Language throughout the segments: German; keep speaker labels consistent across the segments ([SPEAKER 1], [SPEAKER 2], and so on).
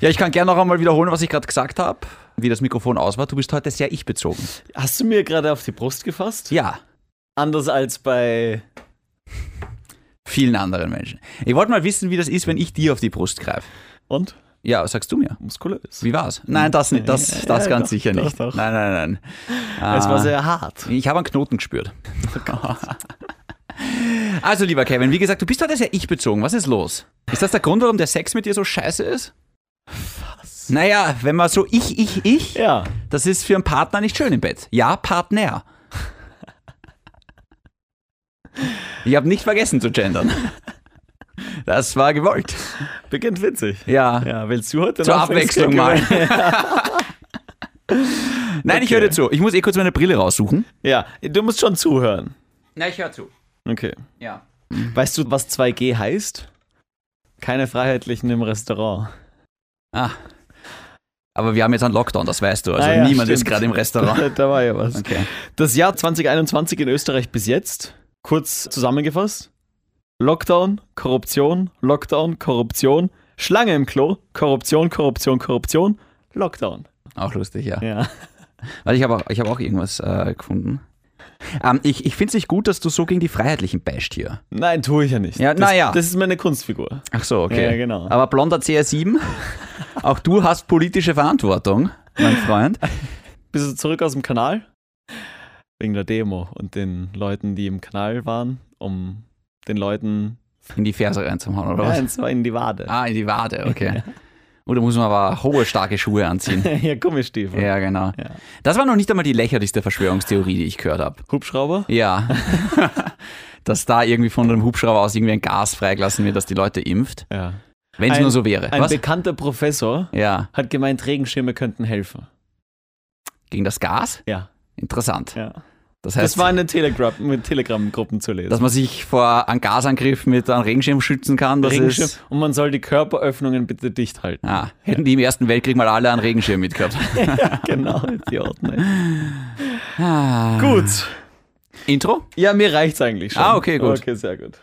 [SPEAKER 1] Ja, ich kann gerne noch einmal wiederholen, was ich gerade gesagt habe, wie das Mikrofon aus war. Du bist heute sehr ich-bezogen.
[SPEAKER 2] Hast du mir gerade auf die Brust gefasst?
[SPEAKER 1] Ja,
[SPEAKER 2] Anders als bei.
[SPEAKER 1] vielen anderen Menschen. Ich wollte mal wissen, wie das ist, wenn ich dir auf die Brust greife.
[SPEAKER 2] Und?
[SPEAKER 1] Ja, was sagst du mir?
[SPEAKER 2] Muskulös.
[SPEAKER 1] Wie war's? Nein, das nicht, das,
[SPEAKER 2] Ja,
[SPEAKER 1] das
[SPEAKER 2] ja,
[SPEAKER 1] ganz
[SPEAKER 2] doch,
[SPEAKER 1] sicher
[SPEAKER 2] doch,
[SPEAKER 1] nicht.
[SPEAKER 2] doch.
[SPEAKER 1] Nein, nein, nein.
[SPEAKER 2] Es
[SPEAKER 1] Äh,
[SPEAKER 2] war sehr hart.
[SPEAKER 1] Ich habe einen Knoten gespürt. also, lieber Kevin, wie gesagt, du bist heute sehr ich-bezogen. Was ist los? Ist das der Grund, warum der Sex mit dir so scheiße ist? Was? Naja, wenn man so ich, ich, ich,
[SPEAKER 2] Ja.
[SPEAKER 1] das ist für einen Partner nicht schön im Bett. Ja, Partner. Ich habe nicht vergessen zu gendern. Das war gewollt.
[SPEAKER 2] Beginnt witzig.
[SPEAKER 1] Ja.
[SPEAKER 2] Ja, willst du heute
[SPEAKER 1] Zur
[SPEAKER 2] noch ins
[SPEAKER 1] Abwechslung
[SPEAKER 2] Kick
[SPEAKER 1] mal.
[SPEAKER 2] gehen?
[SPEAKER 1] Nein, ich höre dir zu. Ich muss eh kurz meine Brille raussuchen.
[SPEAKER 2] Ja, du musst schon zuhören.
[SPEAKER 1] Na, ich höre zu.
[SPEAKER 2] Okay.
[SPEAKER 1] Ja.
[SPEAKER 2] Weißt du, was 2G heißt? Keine Freiheitlichen im Restaurant.
[SPEAKER 1] Ah. Aber wir haben jetzt einen Lockdown, das weißt du. Also
[SPEAKER 2] Ah ja,
[SPEAKER 1] niemand ist
[SPEAKER 2] stimmt.
[SPEAKER 1] gerade im Restaurant.
[SPEAKER 2] Da, da war ja was.
[SPEAKER 1] Okay.
[SPEAKER 2] Das Jahr 2021 in Österreich bis jetzt, kurz zusammengefasst: Lockdown, Korruption, Lockdown, Korruption, Schlange im Klo, Korruption, Korruption, Korruption, Lockdown.
[SPEAKER 1] Auch lustig, ja.
[SPEAKER 2] Ja.
[SPEAKER 1] Weil ich habe auch, ich habe auch irgendwas äh, gefunden. Ähm, ich ich finde es nicht gut, dass du so gegen die Freiheitlichen basht hier.
[SPEAKER 2] Nein, tue ich ja nicht.
[SPEAKER 1] Ja,
[SPEAKER 2] das,
[SPEAKER 1] na ja.
[SPEAKER 2] das ist meine Kunstfigur.
[SPEAKER 1] Ach so, okay.
[SPEAKER 2] Ja, genau.
[SPEAKER 1] Aber blonder CR7, auch du hast politische Verantwortung, mein Freund.
[SPEAKER 2] Bist du zurück aus dem Kanal? Wegen der Demo und den Leuten, die im Kanal waren, um den Leuten
[SPEAKER 1] In die Ferse reinzuhauen, oder was?
[SPEAKER 2] Nein, es war in die Wade.
[SPEAKER 1] Ah, in die Wade, okay. Oder muss man aber hohe, starke Schuhe anziehen?
[SPEAKER 2] ja, Gummistiefel.
[SPEAKER 1] Ja, genau.
[SPEAKER 2] Ja.
[SPEAKER 1] Das war noch nicht einmal die lächerlichste Verschwörungstheorie, die ich gehört habe.
[SPEAKER 2] Hubschrauber?
[SPEAKER 1] Ja. dass da irgendwie von einem Hubschrauber aus irgendwie ein Gas freigelassen wird, das die Leute impft.
[SPEAKER 2] Ja.
[SPEAKER 1] Wenn es
[SPEAKER 2] Ein-
[SPEAKER 1] nur so wäre.
[SPEAKER 2] Ein
[SPEAKER 1] Was?
[SPEAKER 2] bekannter Professor
[SPEAKER 1] Ja.
[SPEAKER 2] hat gemeint, Regenschirme könnten helfen.
[SPEAKER 1] Gegen das Gas?
[SPEAKER 2] Ja.
[SPEAKER 1] Interessant.
[SPEAKER 2] ja.
[SPEAKER 1] Das heißt,
[SPEAKER 2] Das war in den Telegram- mit Telegram-Gruppen zu lesen.
[SPEAKER 1] dass man sich vor einem Gasangriff mit einem Regenschirm schützen kann, das
[SPEAKER 2] Regenschirm.
[SPEAKER 1] ist...
[SPEAKER 2] Und man soll die Körperöffnungen bitte dicht halten.
[SPEAKER 1] Ah, hätten die im Ersten Weltkrieg mal alle einen Regenschirm mitgehabt.
[SPEAKER 2] genau, Idioten. ey.
[SPEAKER 1] Ah.
[SPEAKER 2] Gut.
[SPEAKER 1] Intro?
[SPEAKER 2] Ja, mir reicht's eigentlich schon.
[SPEAKER 1] Ah, okay, gut.
[SPEAKER 2] Okay, sehr gut.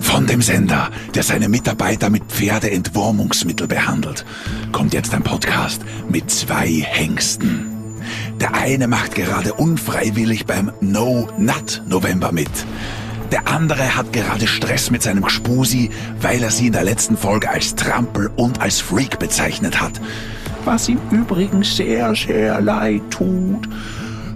[SPEAKER 3] Von dem Sender, der seine Mitarbeiter mit Pferdeentwurmungsmittel behandelt, kommt jetzt ein Podcast mit zwei Hengsten. Der eine macht gerade unfreiwillig beim No Nut November mit. Der andere hat gerade Stress mit seinem Gspusi, weil er sie in der letzten Folge als Trampel und als Freak bezeichnet hat. Was ihm übrigens sehr, sehr leid tut.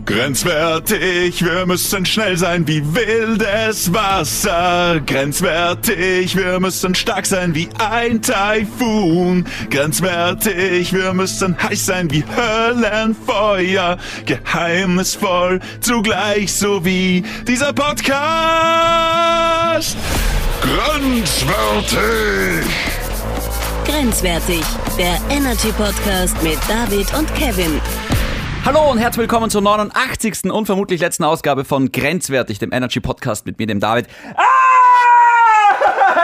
[SPEAKER 3] Grenzwertig, wir müssen schnell sein wie wildes Wasser. Grenzwertig, wir müssen stark sein wie ein Taifun. Grenzwertig, wir müssen heiß sein wie Höllenfeuer. Geheimnisvoll zugleich, so wie dieser Podcast. Grenzwertig!
[SPEAKER 4] Grenzwertig, der Energy Podcast mit David und Kevin.
[SPEAKER 1] Hallo und herzlich willkommen zur 89. und vermutlich letzten Ausgabe von Grenzwertig, dem Energy Podcast mit mir, dem David. Ah!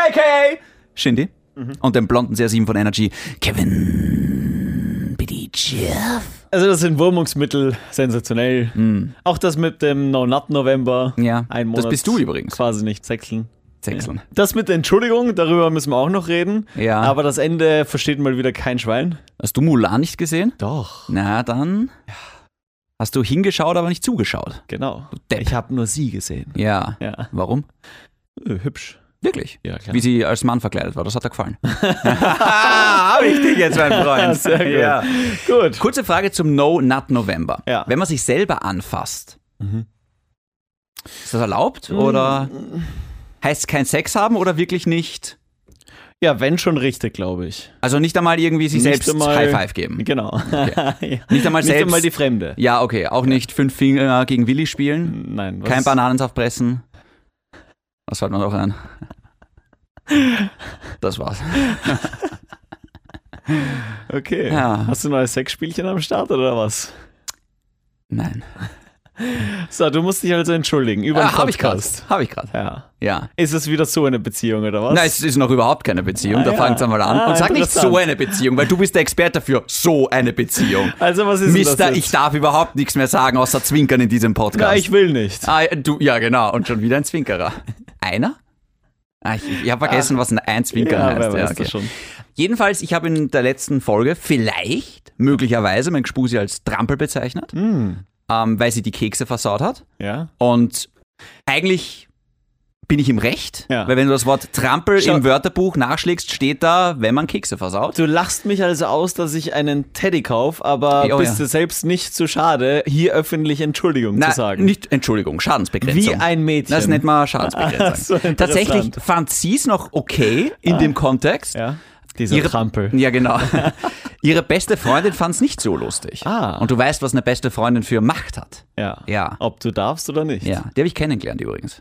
[SPEAKER 1] AKA Shindy
[SPEAKER 2] Mhm.
[SPEAKER 1] und dem blonden CR7 von Energy, Kevin. Bitte, Jeff.
[SPEAKER 2] Also das sind Wurmungsmittel, sensationell. Auch das mit dem No-Nut-November.
[SPEAKER 1] Mhm. Ja,
[SPEAKER 2] ein
[SPEAKER 1] das
[SPEAKER 2] Monat
[SPEAKER 1] bist du übrigens.
[SPEAKER 2] Quasi nicht sechseln.
[SPEAKER 1] Sechseln.
[SPEAKER 2] Das mit der Entschuldigung, darüber müssen wir auch noch reden.
[SPEAKER 1] Ja.
[SPEAKER 2] Aber das Ende versteht mal wieder kein Schwein.
[SPEAKER 1] Hast du Mulan nicht gesehen?
[SPEAKER 2] Doch.
[SPEAKER 1] Na dann. Hast du hingeschaut, aber nicht zugeschaut.
[SPEAKER 2] Genau.
[SPEAKER 1] Depp.
[SPEAKER 2] Ich habe nur sie gesehen.
[SPEAKER 1] Ja.
[SPEAKER 2] Ja.
[SPEAKER 1] Warum?
[SPEAKER 2] Äh, Hübsch.
[SPEAKER 1] Wirklich.
[SPEAKER 2] Ja, klar.
[SPEAKER 1] Wie sie als Mann verkleidet war, das hat dir gefallen. Ah, Richtig jetzt, mein Freund.
[SPEAKER 2] Sehr gut.
[SPEAKER 1] Ja.
[SPEAKER 2] Gut.
[SPEAKER 1] Kurze Frage zum No Nut November.
[SPEAKER 2] Ja.
[SPEAKER 1] Wenn man sich selber anfasst, ist das erlaubt oder heißt es kein Sex haben oder wirklich nicht?
[SPEAKER 2] Ja, wenn schon richtig, glaube ich.
[SPEAKER 1] Also nicht einmal irgendwie sich
[SPEAKER 2] Nicht
[SPEAKER 1] selbst
[SPEAKER 2] einmal-
[SPEAKER 1] High Five geben.
[SPEAKER 2] Genau. ja.
[SPEAKER 1] Nicht einmal selbst-
[SPEAKER 2] einmal die Fremde.
[SPEAKER 1] Ja, Mm, okay. Auch nicht fünf Finger gegen Willi spielen,
[SPEAKER 2] Nein.
[SPEAKER 1] kein Bananensaft pressen. Was fällt mir noch ein? Das war's.
[SPEAKER 2] Okay.
[SPEAKER 1] Ja.
[SPEAKER 2] Hast du ein neues Sexspielchen am Start oder was?
[SPEAKER 1] Nein.
[SPEAKER 2] So, du musst dich also entschuldigen über den
[SPEAKER 1] Ah, Habe ich gerade.
[SPEAKER 2] Podcast.
[SPEAKER 1] Habe ich gerade.
[SPEAKER 2] Ja.
[SPEAKER 1] Ja.
[SPEAKER 2] Ist es wieder so eine Beziehung oder was?
[SPEAKER 1] Nein, es ist noch überhaupt keine Beziehung.
[SPEAKER 2] Ah,
[SPEAKER 1] da
[SPEAKER 2] ja.
[SPEAKER 1] fangt's einmal an.
[SPEAKER 2] Ah,
[SPEAKER 1] Und sag nicht
[SPEAKER 2] interessant.
[SPEAKER 1] so eine Beziehung, weil du bist der Experte für so eine Beziehung.
[SPEAKER 2] Also was ist denn
[SPEAKER 1] Mister,
[SPEAKER 2] das
[SPEAKER 1] ich darf überhaupt nichts mehr sagen, außer zwinkern in diesem Podcast.
[SPEAKER 2] Na, ich will nicht.
[SPEAKER 1] ah, du, ja, genau. Und schon wieder ein Zwinkerer. Einer? Ah, ich ich habe vergessen, was ein Einzwinkern
[SPEAKER 2] Ja,
[SPEAKER 1] heißt.
[SPEAKER 2] wer weiß
[SPEAKER 1] okay.
[SPEAKER 2] das schon.
[SPEAKER 1] Jedenfalls, ich habe in der letzten Folge vielleicht, möglicherweise, mein Gspusi als Trampel bezeichnet,
[SPEAKER 2] Hm.
[SPEAKER 1] ähm, weil sie die Kekse versaut hat.
[SPEAKER 2] Ja.
[SPEAKER 1] Und eigentlich bin ich im Recht,
[SPEAKER 2] Ja.
[SPEAKER 1] weil wenn du das Wort Trampel
[SPEAKER 2] Schau-
[SPEAKER 1] im Wörterbuch nachschlägst, steht da, wenn man Kekse versaut.
[SPEAKER 2] Du lachst mich also aus, dass ich einen Teddy kauf, aber
[SPEAKER 1] Ja, oh
[SPEAKER 2] bist
[SPEAKER 1] ja.
[SPEAKER 2] du selbst nicht zu schade, hier öffentlich Entschuldigung
[SPEAKER 1] Na,
[SPEAKER 2] zu sagen.
[SPEAKER 1] Nicht, Entschuldigung, Schadensbegrenzung.
[SPEAKER 2] Wie ein Mädchen.
[SPEAKER 1] Das nennt man
[SPEAKER 2] Ach so,
[SPEAKER 1] Schadensbegrenzung.
[SPEAKER 2] interessant. Ah.
[SPEAKER 1] Tatsächlich fand sie es noch okay in dem Kontext.
[SPEAKER 2] ja. Dieser
[SPEAKER 1] Ihre-
[SPEAKER 2] Trampel.
[SPEAKER 1] Ja, genau. Ihre beste Freundin fand es nicht so lustig.
[SPEAKER 2] Ah.
[SPEAKER 1] Und du weißt, was eine beste Freundin für Macht hat.
[SPEAKER 2] Ja.
[SPEAKER 1] Ja.
[SPEAKER 2] Ob du darfst oder nicht.
[SPEAKER 1] Ja, die habe ich kennengelernt übrigens.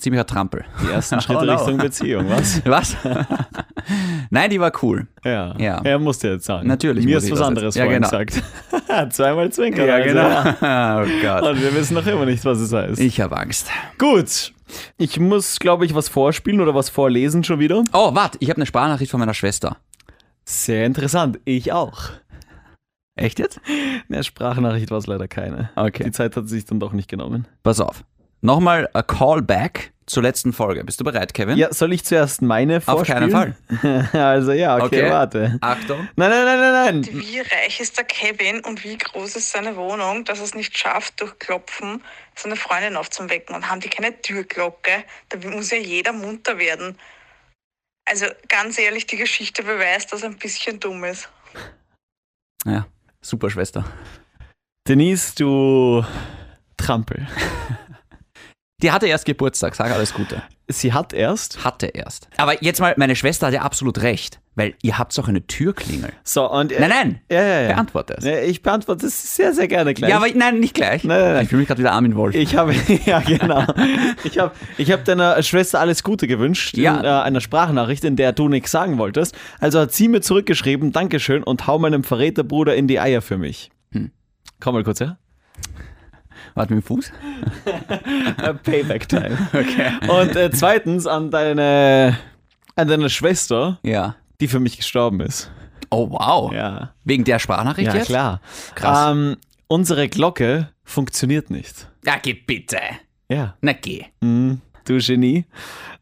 [SPEAKER 1] Ziemlicher Trampel.
[SPEAKER 2] Hm. Die ersten Schritte
[SPEAKER 1] Oh no.
[SPEAKER 2] Richtung Beziehung, was?
[SPEAKER 1] Was? Nein, die war cool.
[SPEAKER 2] Ja.
[SPEAKER 1] Ja.
[SPEAKER 2] Er muss dir jetzt sagen.
[SPEAKER 1] Natürlich
[SPEAKER 2] Mir
[SPEAKER 1] muss
[SPEAKER 2] ist
[SPEAKER 1] ich
[SPEAKER 2] was
[SPEAKER 1] das
[SPEAKER 2] anderes
[SPEAKER 1] jetzt- Ja,
[SPEAKER 2] vorhin gesagt. Zweimal zwinkern. also,
[SPEAKER 1] oh Gott.
[SPEAKER 2] Und wir wissen noch immer nicht, was es heißt.
[SPEAKER 1] Ich habe Angst.
[SPEAKER 2] Gut. Ich muss, glaube ich, was vorspielen oder was vorlesen schon wieder.
[SPEAKER 1] Oh, warte, ich habe eine Sparnachricht von meiner Schwester.
[SPEAKER 2] Sehr interessant. Ich auch.
[SPEAKER 1] Echt jetzt?
[SPEAKER 2] Eine Sprachnachricht war es leider keine.
[SPEAKER 1] Okay.
[SPEAKER 2] Die Zeit hat sie sich dann doch nicht genommen.
[SPEAKER 1] Pass auf. Nochmal a Callback zur letzten Folge. Bist du bereit, Kevin?
[SPEAKER 2] Ja, soll ich zuerst meine
[SPEAKER 1] Auf keinen
[SPEAKER 2] vorspielen?
[SPEAKER 1] Fall.
[SPEAKER 2] Fall. also ja, okay,
[SPEAKER 1] Okay. Ah.
[SPEAKER 2] warte.
[SPEAKER 1] Achtung.
[SPEAKER 2] Nein, nein, nein, nein, nein.
[SPEAKER 5] Wie reich ist der Kevin und wie groß ist seine Wohnung, dass er es nicht schafft, durch Klopfen seine Freundin aufzuwecken? Und haben die keine Türglocke? Da muss ja jeder munter werden. Also ganz ehrlich, die Geschichte beweist, dass er ein bisschen dumm ist.
[SPEAKER 1] Ja, super Schwester.
[SPEAKER 2] Denise, du Trampel.
[SPEAKER 1] Die hatte erst Geburtstag, sag alles Gute.
[SPEAKER 2] Sie hat erst.
[SPEAKER 1] Hatte erst. Aber jetzt mal, meine Schwester hat ja absolut recht, weil ihr habt doch eine Türklingel.
[SPEAKER 2] So, und.
[SPEAKER 1] Nein, nein.
[SPEAKER 2] Ja, ja, ja.
[SPEAKER 1] Beantworte es.
[SPEAKER 2] Ja, Ich beantworte es sehr, sehr gerne gleich.
[SPEAKER 1] Ja, aber nein, nicht gleich.
[SPEAKER 2] Nein, nein, nein.
[SPEAKER 1] Ich fühle mich gerade wieder Armin Wolf.
[SPEAKER 2] Ich habe, ja genau. Ich habe ich hab deiner Schwester alles Gute gewünscht in
[SPEAKER 1] Ja.
[SPEAKER 2] äh, einer Sprachnachricht, in der du nichts sagen wolltest. Also hat sie mir zurückgeschrieben, Dankeschön und hau meinem Verräterbruder in die Eier für mich.
[SPEAKER 1] Hm.
[SPEAKER 2] Komm mal kurz her.
[SPEAKER 1] Warte mit dem Fuß.
[SPEAKER 2] Äh, Payback Time. Und äh, zweitens an deine, an deine Schwester,
[SPEAKER 1] Ja.
[SPEAKER 2] die für mich gestorben ist.
[SPEAKER 1] Oh, wow.
[SPEAKER 2] Ja,
[SPEAKER 1] Wegen der Sprachnachricht
[SPEAKER 2] ja
[SPEAKER 1] jetzt?
[SPEAKER 2] klar.
[SPEAKER 1] Krass.
[SPEAKER 2] Ähm, unsere Glocke funktioniert nicht.
[SPEAKER 1] Na, geh bitte.
[SPEAKER 2] Ja,
[SPEAKER 1] Na, geh.
[SPEAKER 2] du Genie.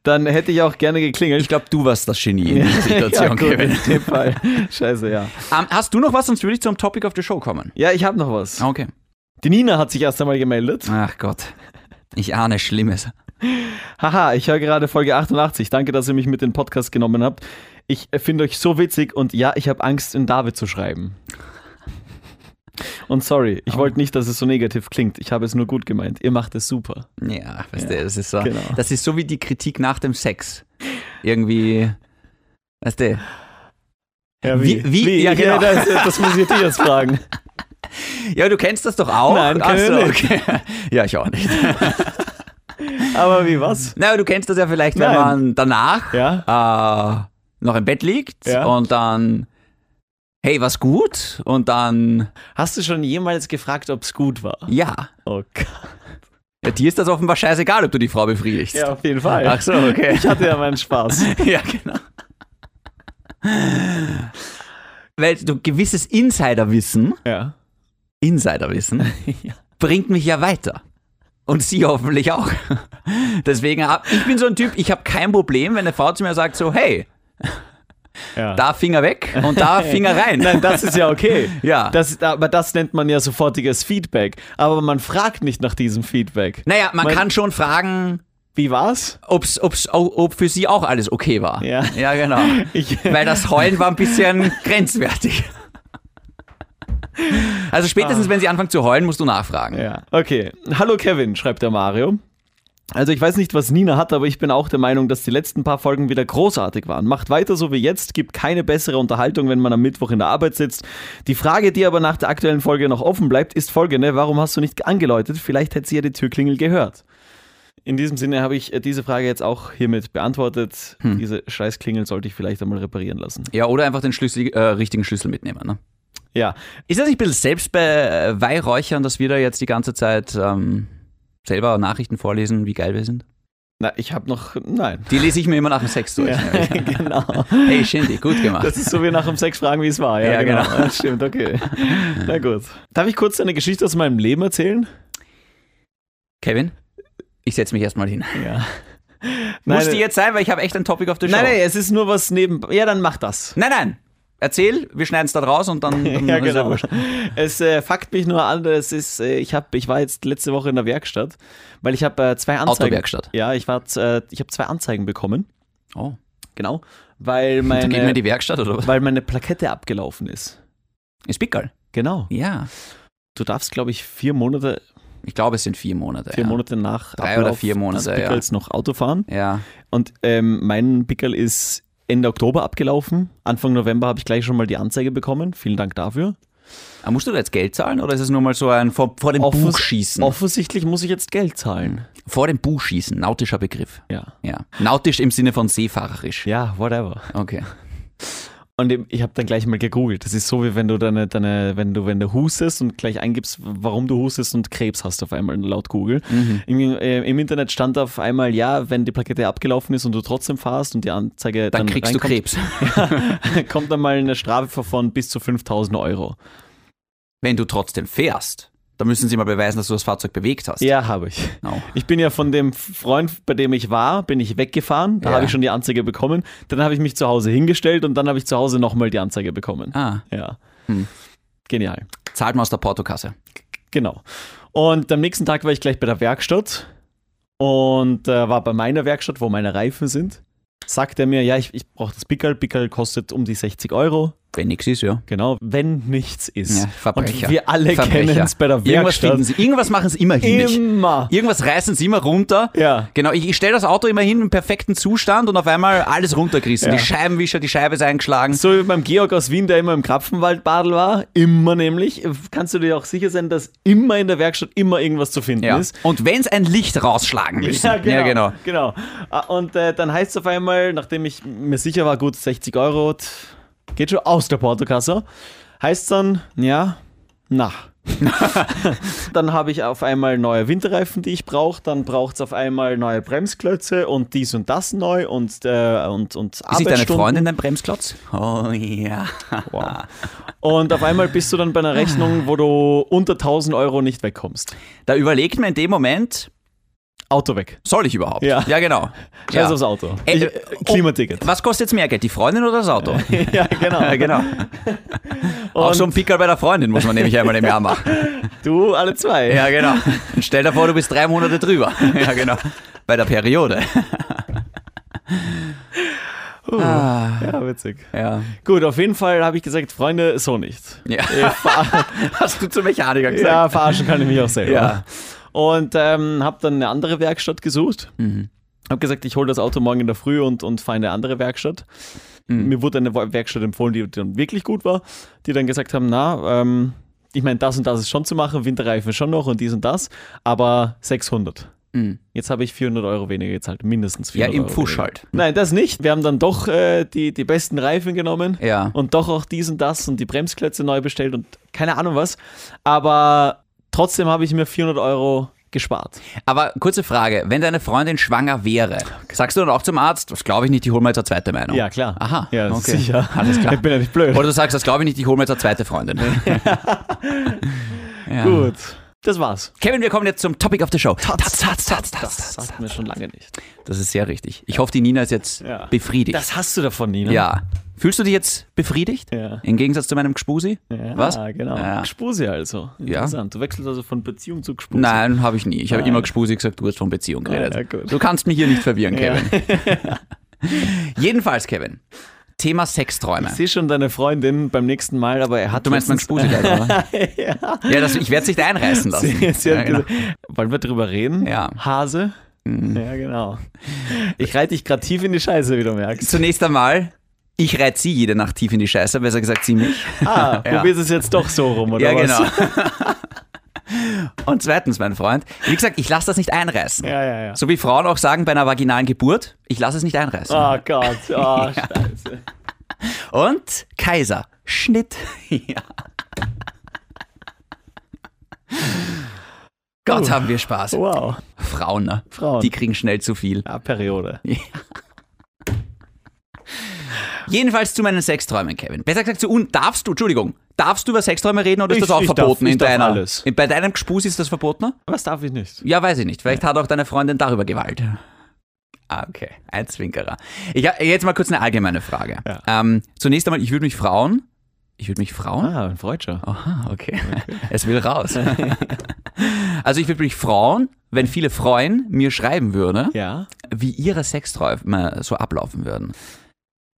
[SPEAKER 2] Dann hätte ich auch gerne geklingelt.
[SPEAKER 1] Ich glaube, du warst das Genie in dieser Situation,
[SPEAKER 2] ja, gut,
[SPEAKER 1] Kevin.
[SPEAKER 2] In dem Fall. Scheiße, ja.
[SPEAKER 1] Ähm, hast du noch was, sonst würde ich zum Topic of the Show kommen.
[SPEAKER 2] Ja, ich habe noch was.
[SPEAKER 1] Okay.
[SPEAKER 2] Die Nina hat sich erst einmal gemeldet.
[SPEAKER 1] Ach Gott. Ich ahne Schlimmes.
[SPEAKER 2] Haha, ich höre gerade Folge 88. Danke, dass ihr mich mit in den Podcast genommen habt. Ich äh, finde euch so witzig und ja, ich habe Angst, in David zu schreiben. Und sorry, ich wollte nicht, dass es so negativ klingt. Ich habe es nur gut gemeint. Ihr macht es super.
[SPEAKER 1] Ja, weißt du, das ist so.
[SPEAKER 2] genau.
[SPEAKER 1] Das ist so wie die Kritik nach dem Sex. Irgendwie. Weißt du,
[SPEAKER 2] Ja,
[SPEAKER 1] wie? Ja,
[SPEAKER 2] Ja,
[SPEAKER 1] genau.
[SPEAKER 2] genau. das, das muss ich dir jetzt fragen.
[SPEAKER 1] ja, du kennst das doch auch.
[SPEAKER 2] Nein,
[SPEAKER 1] Ach
[SPEAKER 2] kenn ich
[SPEAKER 1] so,
[SPEAKER 2] nicht.
[SPEAKER 1] okay. Ja, ich auch nicht.
[SPEAKER 2] Aber wie was?
[SPEAKER 1] Na, du kennst das ja vielleicht, wenn
[SPEAKER 2] Nein.
[SPEAKER 1] man danach
[SPEAKER 2] Ja?
[SPEAKER 1] äh, noch im Bett liegt
[SPEAKER 2] Ja.
[SPEAKER 1] und dann, hey, was gut? Und dann,
[SPEAKER 2] Hast du schon jemals gefragt, ob es gut war?
[SPEAKER 1] ja.
[SPEAKER 2] Oh Gott.
[SPEAKER 1] ja. Dir ist das offenbar scheißegal, ob du die Frau befriedigst.
[SPEAKER 2] Ja, auf jeden Fall.
[SPEAKER 1] Ach so, okay.
[SPEAKER 2] Ich hatte ja meinen Spaß.
[SPEAKER 1] ja, genau. Weil du gewisses Insiderwissen,
[SPEAKER 2] Ja.
[SPEAKER 1] Insiderwissen, bringt mich ja weiter. Und sie hoffentlich auch. Deswegen, hab, ich bin so ein Typ, ich habe kein Problem, wenn eine Frau zu mir sagt so, hey,
[SPEAKER 2] ja.
[SPEAKER 1] da Finger weg und da Finger rein.
[SPEAKER 2] Nein, das ist ja okay.
[SPEAKER 1] Ja.
[SPEAKER 2] Das, aber das nennt man ja sofortiges Feedback. Aber man fragt nicht nach diesem Feedback.
[SPEAKER 1] naja, man
[SPEAKER 2] Mein-
[SPEAKER 1] kann schon fragen,
[SPEAKER 2] Wie war's?
[SPEAKER 1] ob's, ob's, ob, ob für sie auch alles okay war.
[SPEAKER 2] Ja.
[SPEAKER 1] ja genau.
[SPEAKER 2] Ich,
[SPEAKER 1] Weil das Heulen war ein bisschen grenzwertig. Also spätestens, wenn sie anfangen zu heulen, musst du nachfragen.
[SPEAKER 2] ja. Okay. Hallo Kevin, schreibt der Mario. Also ich weiß nicht, was Nina hat, aber ich bin auch der Meinung, dass die letzten paar Folgen wieder großartig waren. Macht weiter so wie jetzt, gibt keine bessere Unterhaltung, wenn man am Mittwoch in der Arbeit sitzt. Die Frage, die aber nach der aktuellen Folge noch offen bleibt, ist folgende. Ne, Warum hast du nicht angeläutet? Vielleicht hätte sie ja die Türklingel gehört. In diesem Sinne habe ich äh, diese Frage jetzt auch hiermit beantwortet. Diese Scheißklingel sollte ich vielleicht einmal reparieren lassen.
[SPEAKER 1] Ja, oder einfach den Schlüssel, äh, richtigen Schlüssel mitnehmen. Ne?
[SPEAKER 2] Ja,
[SPEAKER 1] Ist das nicht ein bisschen selbstbeweihräuchern, dass wir da jetzt die ganze Zeit ähm, selber Nachrichten vorlesen, wie geil wir sind?
[SPEAKER 2] na, ich habe noch, nein.
[SPEAKER 1] Die lese ich mir immer nach dem Sex durch.
[SPEAKER 2] genau.
[SPEAKER 1] Hey Shindy, gut gemacht.
[SPEAKER 2] Das ist so wie nach dem Sex fragen, wie es war. Ja,
[SPEAKER 1] Ja,
[SPEAKER 2] genau.
[SPEAKER 1] genau.
[SPEAKER 2] Ja, Stimmt, okay. Na gut. Darf ich kurz eine Geschichte aus meinem Leben erzählen?
[SPEAKER 1] Kevin, ich setze mich erstmal hin.
[SPEAKER 2] Ja.
[SPEAKER 1] Muss die
[SPEAKER 2] nein.
[SPEAKER 1] jetzt sein, weil ich habe echt ein Topic auf der Show.
[SPEAKER 2] Nein, nein, es ist nur was neben. Ja, dann mach das.
[SPEAKER 1] nein, nein. Erzähl, wir schneiden es da draus und dann, dann
[SPEAKER 2] Ja,
[SPEAKER 1] Mhm, ist ja
[SPEAKER 2] genau.
[SPEAKER 1] wurscht.
[SPEAKER 2] Es äh, fuckt mich nur an, das ist, äh, ich, hab, ich war jetzt letzte Woche in der Werkstatt, weil ich habe äh, zwei Anzeigen.
[SPEAKER 1] Autowerkstatt.
[SPEAKER 2] Ja, ich, war, äh, ich habe zwei Anzeigen bekommen,
[SPEAKER 1] Oh,
[SPEAKER 2] genau, weil
[SPEAKER 1] dann gehen wir in
[SPEAKER 2] meine,
[SPEAKER 1] die Werkstatt oder was?
[SPEAKER 2] weil meine Plakette abgelaufen ist.
[SPEAKER 1] Ist Pickerl.
[SPEAKER 2] Genau.
[SPEAKER 1] Ja.
[SPEAKER 2] Du darfst, glaube ich, vier Monate,
[SPEAKER 1] Ich glaube, es sind vier Monate.
[SPEAKER 2] vier
[SPEAKER 1] ja.
[SPEAKER 2] Monate nach
[SPEAKER 1] Drei
[SPEAKER 2] Ablauf
[SPEAKER 1] oder vier Monate,
[SPEAKER 2] des Pickels noch Auto fahren.
[SPEAKER 1] Ja.
[SPEAKER 2] Und ähm, mein Pickel ist Ende Oktober abgelaufen. Anfang November habe ich gleich schon mal die Anzeige bekommen. Vielen Dank dafür.
[SPEAKER 1] Aber musst du da jetzt Geld zahlen oder ist es nur mal so ein vor, vor dem
[SPEAKER 2] Offens-
[SPEAKER 1] Buch schießen?
[SPEAKER 2] Offensichtlich muss ich jetzt Geld zahlen.
[SPEAKER 1] Vor dem Buch schießen, nautischer Begriff.
[SPEAKER 2] Ja.
[SPEAKER 1] Ja. Nautisch im Sinne von seefahrerisch.
[SPEAKER 2] Ja, whatever.
[SPEAKER 1] Okay.
[SPEAKER 2] Und eben, ich habe dann gleich mal gegoogelt. Das ist so, wie wenn du deine, deine, wenn du, wenn du hustest und gleich eingibst, warum du hustest und Krebs hast auf einmal laut Google.
[SPEAKER 1] Mhm.
[SPEAKER 2] Im, äh, Im Internet stand auf einmal, ja, wenn die Plakette abgelaufen ist und du trotzdem fahrst und die Anzeige
[SPEAKER 1] Dann,
[SPEAKER 2] dann,
[SPEAKER 1] kriegst du
[SPEAKER 2] reinkommt,
[SPEAKER 1] Krebs.
[SPEAKER 2] kommt dann mal eine Strafe von bis zu 5000 Euro.
[SPEAKER 1] Wenn du trotzdem fährst, dann müssen sie mal beweisen, dass du das Fahrzeug bewegt hast.
[SPEAKER 2] Ja, habe ich.
[SPEAKER 1] Genau.
[SPEAKER 2] Ich bin ja von dem Freund, bei dem ich war, bin ich weggefahren. Da
[SPEAKER 1] Ja.
[SPEAKER 2] habe ich schon die Anzeige bekommen. Dann habe ich mich zu Hause hingestellt und dann habe ich zu Hause nochmal die Anzeige bekommen.
[SPEAKER 1] Ah,
[SPEAKER 2] Ja.
[SPEAKER 1] Hm.
[SPEAKER 2] Genial.
[SPEAKER 1] zahlt man aus der Portokasse.
[SPEAKER 2] Genau. Und am nächsten Tag war ich gleich bei der Werkstatt und äh, war bei meiner Werkstatt, wo meine Reifen sind. Sagt er mir, ja, ich, ich brauche das Pickerl. Pickerl kostet um die 60 Euro.
[SPEAKER 1] Wenn nichts ist, ja.
[SPEAKER 2] Genau, wenn nichts ist.
[SPEAKER 1] Ja, Verbrecher.
[SPEAKER 2] Und wir alle
[SPEAKER 1] Verbrecher.
[SPEAKER 2] kennen es bei der
[SPEAKER 1] Irgendwas
[SPEAKER 2] Werkstatt.
[SPEAKER 1] finden sie, irgendwas machen sie immer hin.
[SPEAKER 2] Immer.
[SPEAKER 1] Irgendwas reißen sie immer runter.
[SPEAKER 2] Ja.
[SPEAKER 1] Genau, ich, ich stelle das Auto immer hin im perfekten Zustand und auf einmal alles runtergerissen.
[SPEAKER 2] Ja.
[SPEAKER 1] Die Scheibenwischer, die Scheibe ist eingeschlagen.
[SPEAKER 2] So wie beim Georg aus Wien, der immer im Krapfenwaldbadel war, immer nämlich, kannst du dir auch sicher sein, dass immer in der Werkstatt immer irgendwas zu finden
[SPEAKER 1] Ja.
[SPEAKER 2] ist.
[SPEAKER 1] Und wenn es ein Licht rausschlagen müssen.
[SPEAKER 2] genau. genau. Ah, Und äh, dann heißt es auf einmal, nachdem ich mir sicher war, gut, 60 Euro t- geht schon aus der Portokasse, heißt es dann, ja, na. dann habe ich auf einmal neue Winterreifen, die ich brauche. Dann braucht es auf einmal neue Bremsklötze und dies und das neu und, äh, und, und
[SPEAKER 1] Ist nicht deine
[SPEAKER 2] Arbeitsstunden.
[SPEAKER 1] Freundin ein Bremsklotz? Oh ja.
[SPEAKER 2] Wow. Und auf einmal bist du dann bei einer Rechnung, wo du unter 1000 Euro nicht wegkommst.
[SPEAKER 1] Da überlegt man in dem Moment,
[SPEAKER 2] Auto weg.
[SPEAKER 1] soll ich überhaupt?
[SPEAKER 2] Ja.
[SPEAKER 1] ja genau.
[SPEAKER 2] Scheiß
[SPEAKER 1] Ja.
[SPEAKER 2] aufs Auto.
[SPEAKER 1] Äh,
[SPEAKER 2] Ich,
[SPEAKER 1] äh,
[SPEAKER 2] Klimaticket.
[SPEAKER 1] Was kostet jetzt mehr Geld, die Freundin oder das Auto?
[SPEAKER 2] ja, genau.
[SPEAKER 1] Ja, genau. Auch so ein Pickerl bei der Freundin muss man nämlich einmal im Jahr machen.
[SPEAKER 2] Du, alle zwei.
[SPEAKER 1] Ja, genau. Und stell dir vor, du bist drei Monate drüber. Ja, genau. Bei der Periode.
[SPEAKER 2] Ja, witzig.
[SPEAKER 1] Ah, Ja.
[SPEAKER 2] Gut, auf jeden Fall habe ich gesagt, Freunde, so nicht.
[SPEAKER 1] ja.
[SPEAKER 2] Äh, ver-
[SPEAKER 1] Hast du zum Mechaniker
[SPEAKER 2] ja, verarschen kann ich mich auch selber.
[SPEAKER 1] Ja.
[SPEAKER 2] Und ähm, habe dann eine andere Werkstatt gesucht.
[SPEAKER 1] Mhm.
[SPEAKER 2] Habe gesagt, ich hole das Auto morgen in der Früh und, und fahre in eine andere Werkstatt.
[SPEAKER 1] Mhm.
[SPEAKER 2] Mir wurde eine Wo- Werkstatt empfohlen, die dann wirklich gut war, die dann gesagt haben, na, ähm, ich meine, das und das ist schon zu machen, Winterreifen schon noch und dies und das, aber 600.
[SPEAKER 1] Hm,
[SPEAKER 2] Jetzt habe ich 400 Euro weniger gezahlt, mindestens
[SPEAKER 1] Ja,
[SPEAKER 2] 400
[SPEAKER 1] im
[SPEAKER 2] Euro
[SPEAKER 1] Pfusch
[SPEAKER 2] weniger.
[SPEAKER 1] halt.
[SPEAKER 2] Nein, das nicht. Wir haben dann doch äh, die, die besten Reifen genommen
[SPEAKER 1] Ja.
[SPEAKER 2] und doch auch dies und das und die Bremsklötze neu bestellt und keine Ahnung was. Aber trotzdem habe ich mir 400 Euro gespart.
[SPEAKER 1] Aber kurze Frage, wenn deine Freundin schwanger wäre, sagst du dann auch zum Arzt, das glaube ich nicht, ich hole mir jetzt eine zweite Meinung.
[SPEAKER 2] Ja, klar.
[SPEAKER 1] Oh. Aha,
[SPEAKER 2] Ja,
[SPEAKER 1] okay.
[SPEAKER 2] sicher.
[SPEAKER 1] Alles klar.
[SPEAKER 2] Ich bin ja nicht blöd.
[SPEAKER 1] Oder du sagst, das glaube ich nicht, ich hole mir jetzt eine zweite Freundin. ja.
[SPEAKER 2] Gut. Das war's.
[SPEAKER 1] Kevin, wir kommen jetzt zum Topic of the Show. Taz, taz, taz,
[SPEAKER 2] Das
[SPEAKER 1] taz, taz.
[SPEAKER 2] hatten wir schon lange nicht.
[SPEAKER 1] Das ist sehr richtig. Ich hoffe, die Nina ist jetzt
[SPEAKER 2] Ja.
[SPEAKER 1] befriedigt.
[SPEAKER 2] Das hast du davon, Nina.
[SPEAKER 1] ja. Fühlst du dich jetzt befriedigt?
[SPEAKER 2] Mhm. Ja.
[SPEAKER 1] Im Gegensatz zu meinem Gspusi?
[SPEAKER 2] Ja,
[SPEAKER 1] Was?
[SPEAKER 2] genau.
[SPEAKER 1] Ja.
[SPEAKER 2] Gspusi also. Interessant. Du wechselst also von Beziehung zu Gspusi.
[SPEAKER 1] Nein, habe ich nie. Ich habe
[SPEAKER 2] Nein.
[SPEAKER 1] immer Gspusi gesagt, du hast von Beziehung
[SPEAKER 2] Ah, ja,
[SPEAKER 1] geredet.
[SPEAKER 2] gut.
[SPEAKER 1] du kannst mich hier nicht verwirren, Kevin. Jedenfalls, Kevin. Thema Sexträume.
[SPEAKER 2] Ich sehe schon deine Freundin beim nächsten Mal, aber er hat
[SPEAKER 1] Du meinst meinen
[SPEAKER 2] letztens-
[SPEAKER 1] Gspusi leider, oder?
[SPEAKER 2] ja.
[SPEAKER 1] Ja, das, ich werde es nicht einreißen lassen.
[SPEAKER 2] Sie, sie
[SPEAKER 1] ja,
[SPEAKER 2] hat
[SPEAKER 1] genau.
[SPEAKER 2] gesagt, wollen wir drüber reden?
[SPEAKER 1] Ja. Mhm.
[SPEAKER 2] Hase? Ja, genau. Ich reite dich gerade tief in die Scheiße, wie du merkst.
[SPEAKER 1] Zunächst einmal, ich reiz sie jede Nacht tief in die Scheiße, besser gesagt sie mich.
[SPEAKER 2] Ah,
[SPEAKER 1] Ja.
[SPEAKER 2] probierst es jetzt doch so rum, oder
[SPEAKER 1] ja,
[SPEAKER 2] was?
[SPEAKER 1] genau. Und zweitens, mein Freund, wie gesagt, ich lasse das nicht einreißen.
[SPEAKER 2] Ja, ja, ja.
[SPEAKER 1] So wie Frauen auch sagen bei einer vaginalen Geburt, ich lasse es nicht einreißen.
[SPEAKER 2] Oh Gott, oh, Scheiße.
[SPEAKER 1] Und Kaiser, Schnitt. ja. Gott, haben wir Spaß.
[SPEAKER 2] Wow,
[SPEAKER 1] Frauen, ne?
[SPEAKER 2] Frauen.
[SPEAKER 1] Die kriegen schnell zu viel.
[SPEAKER 2] ja, Periode.
[SPEAKER 1] Jedenfalls zu meinen Sexträumen, Kevin. Besser gesagt, zu un darfst du, Entschuldigung, darfst du über Sexträume reden oder ist
[SPEAKER 2] Ich-
[SPEAKER 1] das auch
[SPEAKER 2] ich darf-
[SPEAKER 1] verboten
[SPEAKER 2] ich
[SPEAKER 1] in
[SPEAKER 2] darf
[SPEAKER 1] deiner?
[SPEAKER 2] alles.
[SPEAKER 1] In, bei deinem Gespus ist das verboten?
[SPEAKER 2] Was darf ich nicht?
[SPEAKER 1] Ja, weiß ich nicht. Vielleicht hat auch deine Freundin darüber Gewalt. Ah, okay. Ein Zwinkerer. Ich hab jetzt mal kurz eine allgemeine Frage.
[SPEAKER 2] Ja.
[SPEAKER 1] Ähm, zunächst einmal, ich würde mich frauen. Ich würde mich frauen?
[SPEAKER 2] Ah, ein Freudscher.
[SPEAKER 1] Aha, okay. Es will raus. also ich würde mich frauen, wenn viele Freuen mir schreiben würde,
[SPEAKER 2] Ja.
[SPEAKER 1] wie ihre Sexträume so ablaufen würden.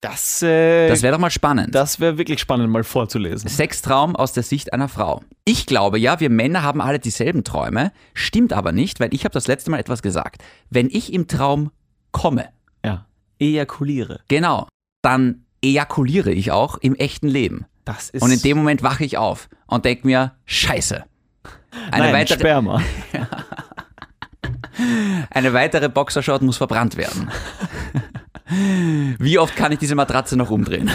[SPEAKER 2] Das, äh,
[SPEAKER 1] Das wäre doch mal spannend.
[SPEAKER 2] das wäre wirklich spannend, mal vorzulesen.
[SPEAKER 1] Sextraum aus der Sicht einer Frau. Ich glaube ja, wir Männer haben alle dieselben Träume, stimmt aber nicht, weil ich habe das letzte Mal etwas gesagt. Wenn ich im Traum komme,
[SPEAKER 2] Ja. Ejakuliere.
[SPEAKER 1] genau, dann ejakuliere ich auch im echten Leben.
[SPEAKER 2] Das ist.
[SPEAKER 1] Und in dem Moment wache ich auf und denke mir, scheiße. Eine,
[SPEAKER 2] Nein,
[SPEAKER 1] weitere,
[SPEAKER 2] Sperma.
[SPEAKER 1] eine weitere Boxershort muss verbrannt werden. Wie oft kann ich diese Matratze noch umdrehen?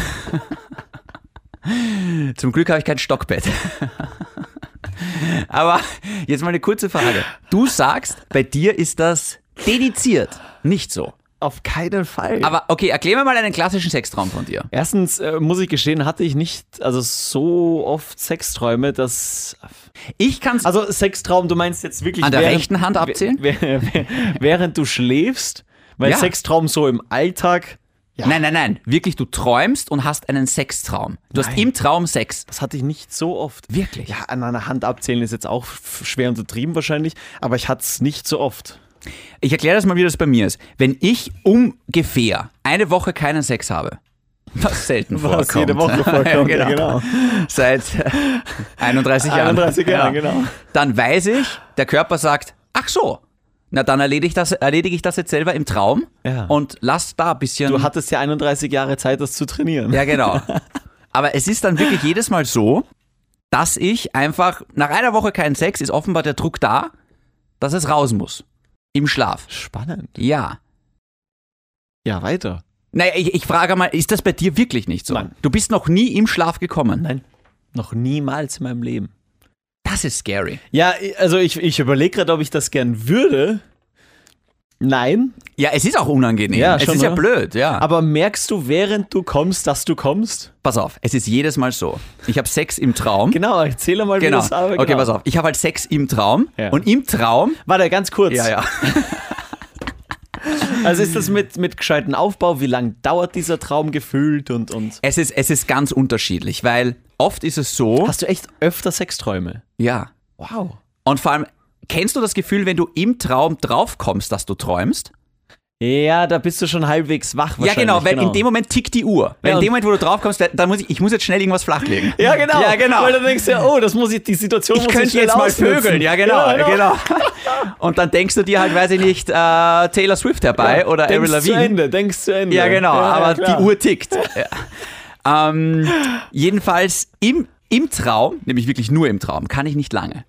[SPEAKER 1] Zum Glück habe ich kein Stockbett. Aber jetzt mal eine kurze Frage. Du sagst, bei dir ist das dediziert. Nicht so.
[SPEAKER 2] Auf keinen Fall.
[SPEAKER 1] Aber okay, erklär mir mal einen klassischen Sextraum von dir.
[SPEAKER 2] Erstens äh, muss ich gestehen, hatte ich nicht also so oft Sexträume, dass
[SPEAKER 1] Ich kann es
[SPEAKER 2] also Sextraum, du meinst jetzt wirklich
[SPEAKER 1] an der
[SPEAKER 2] während,
[SPEAKER 1] rechten Hand abzählen.
[SPEAKER 2] während du schläfst, weil
[SPEAKER 1] Ja.
[SPEAKER 2] Sextraum so im Alltag, ja,
[SPEAKER 1] Nein, nein, nein. Wirklich, du träumst und hast einen Sextraum. Du hast
[SPEAKER 2] Nein.
[SPEAKER 1] im Traum Sex.
[SPEAKER 2] das hatte ich nicht so oft.
[SPEAKER 1] Wirklich?
[SPEAKER 2] Ja, an einer Hand abzählen ist jetzt auch f- schwer untertrieben wahrscheinlich, aber ich hatte es nicht so oft.
[SPEAKER 1] Ich erkläre das mal, wie das bei mir ist. Wenn ich ungefähr eine Woche keinen Sex habe, was selten
[SPEAKER 2] Was
[SPEAKER 1] vorkommt.
[SPEAKER 2] jede Woche vorkommt, ja, genau.
[SPEAKER 1] Seit 31 Jahren.
[SPEAKER 2] 31 Jahren, genau.
[SPEAKER 1] Dann weiß ich, der Körper sagt, ach so, na dann erledige ich das, erledige ich das jetzt selber im Traum
[SPEAKER 2] Ja.
[SPEAKER 1] und lass da ein bisschen...
[SPEAKER 2] Du hattest ja 31 Jahre Zeit, das zu trainieren.
[SPEAKER 1] Ja, genau. Aber es ist dann wirklich jedes Mal so, dass ich einfach nach einer Woche keinen Sex ist offenbar der Druck da, dass es raus muss. Im Schlaf.
[SPEAKER 2] Spannend.
[SPEAKER 1] Ja.
[SPEAKER 2] Ja, weiter.
[SPEAKER 1] Naja, ich, ich frage mal, ist das bei dir wirklich nicht so?
[SPEAKER 2] Nein.
[SPEAKER 1] Du bist noch nie im Schlaf gekommen.
[SPEAKER 2] Nein, noch niemals in meinem Leben.
[SPEAKER 1] Das ist scary.
[SPEAKER 2] Ja, also ich, ich überlege gerade, ob ich das gern würde. Nein.
[SPEAKER 1] Ja, es ist auch unangenehm.
[SPEAKER 2] Ja,
[SPEAKER 1] es
[SPEAKER 2] schon,
[SPEAKER 1] ist ja
[SPEAKER 2] oder?
[SPEAKER 1] blöd, ja.
[SPEAKER 2] Aber merkst du, während du kommst, dass du kommst?
[SPEAKER 1] pass auf, es ist jedes Mal so. Ich habe Sex im Traum.
[SPEAKER 2] Genau, erzähle mal, wie das aber
[SPEAKER 1] Okay, pass auf. Ich habe halt Sex im Traum
[SPEAKER 2] Ja.
[SPEAKER 1] und im Traum.
[SPEAKER 2] Warte, ganz kurz.
[SPEAKER 1] Ja, ja.
[SPEAKER 2] Also ist das mit, mit gescheiten Aufbau? Wie lang dauert dieser Traum gefühlt und, und.
[SPEAKER 1] Es ist, es ist ganz unterschiedlich, weil oft ist es so.
[SPEAKER 2] Hast du echt öfter Sexträume?
[SPEAKER 1] ja.
[SPEAKER 2] Wow.
[SPEAKER 1] Und vor allem, kennst du das Gefühl, wenn du im Traum draufkommst, dass du träumst?
[SPEAKER 2] Ja, da bist du schon halbwegs
[SPEAKER 1] Ja,
[SPEAKER 2] wach wahrscheinlich.
[SPEAKER 1] genau, weil in dem Moment tickt die Uhr. Weil
[SPEAKER 2] Ja,
[SPEAKER 1] in dem
[SPEAKER 2] und-
[SPEAKER 1] Moment, wo du draufkommst, da- dann muss ich, ich muss jetzt schnell irgendwas flachlegen.
[SPEAKER 2] Ja, genau.
[SPEAKER 1] Ja, genau.
[SPEAKER 2] Weil du denkst ja, oh, das muss ich, die Situation
[SPEAKER 1] ich
[SPEAKER 2] muss
[SPEAKER 1] könnte
[SPEAKER 2] schnell
[SPEAKER 1] jetzt mal
[SPEAKER 2] ausnutzen.
[SPEAKER 1] vögeln. Ja, genau,
[SPEAKER 2] Ja,
[SPEAKER 1] genau. Und dann denkst du dir halt, weiß ich nicht, äh, Taylor Swift herbei oder
[SPEAKER 2] denkst
[SPEAKER 1] Avril
[SPEAKER 2] zu
[SPEAKER 1] Lavigne.
[SPEAKER 2] Ende, denkst zu Ende.
[SPEAKER 1] Ja, genau, aber
[SPEAKER 2] Ne? klar.
[SPEAKER 1] die Uhr tickt. Ja. ähm, jedenfalls im, im Traum, nämlich wirklich nur im Traum, kann ich nicht lange.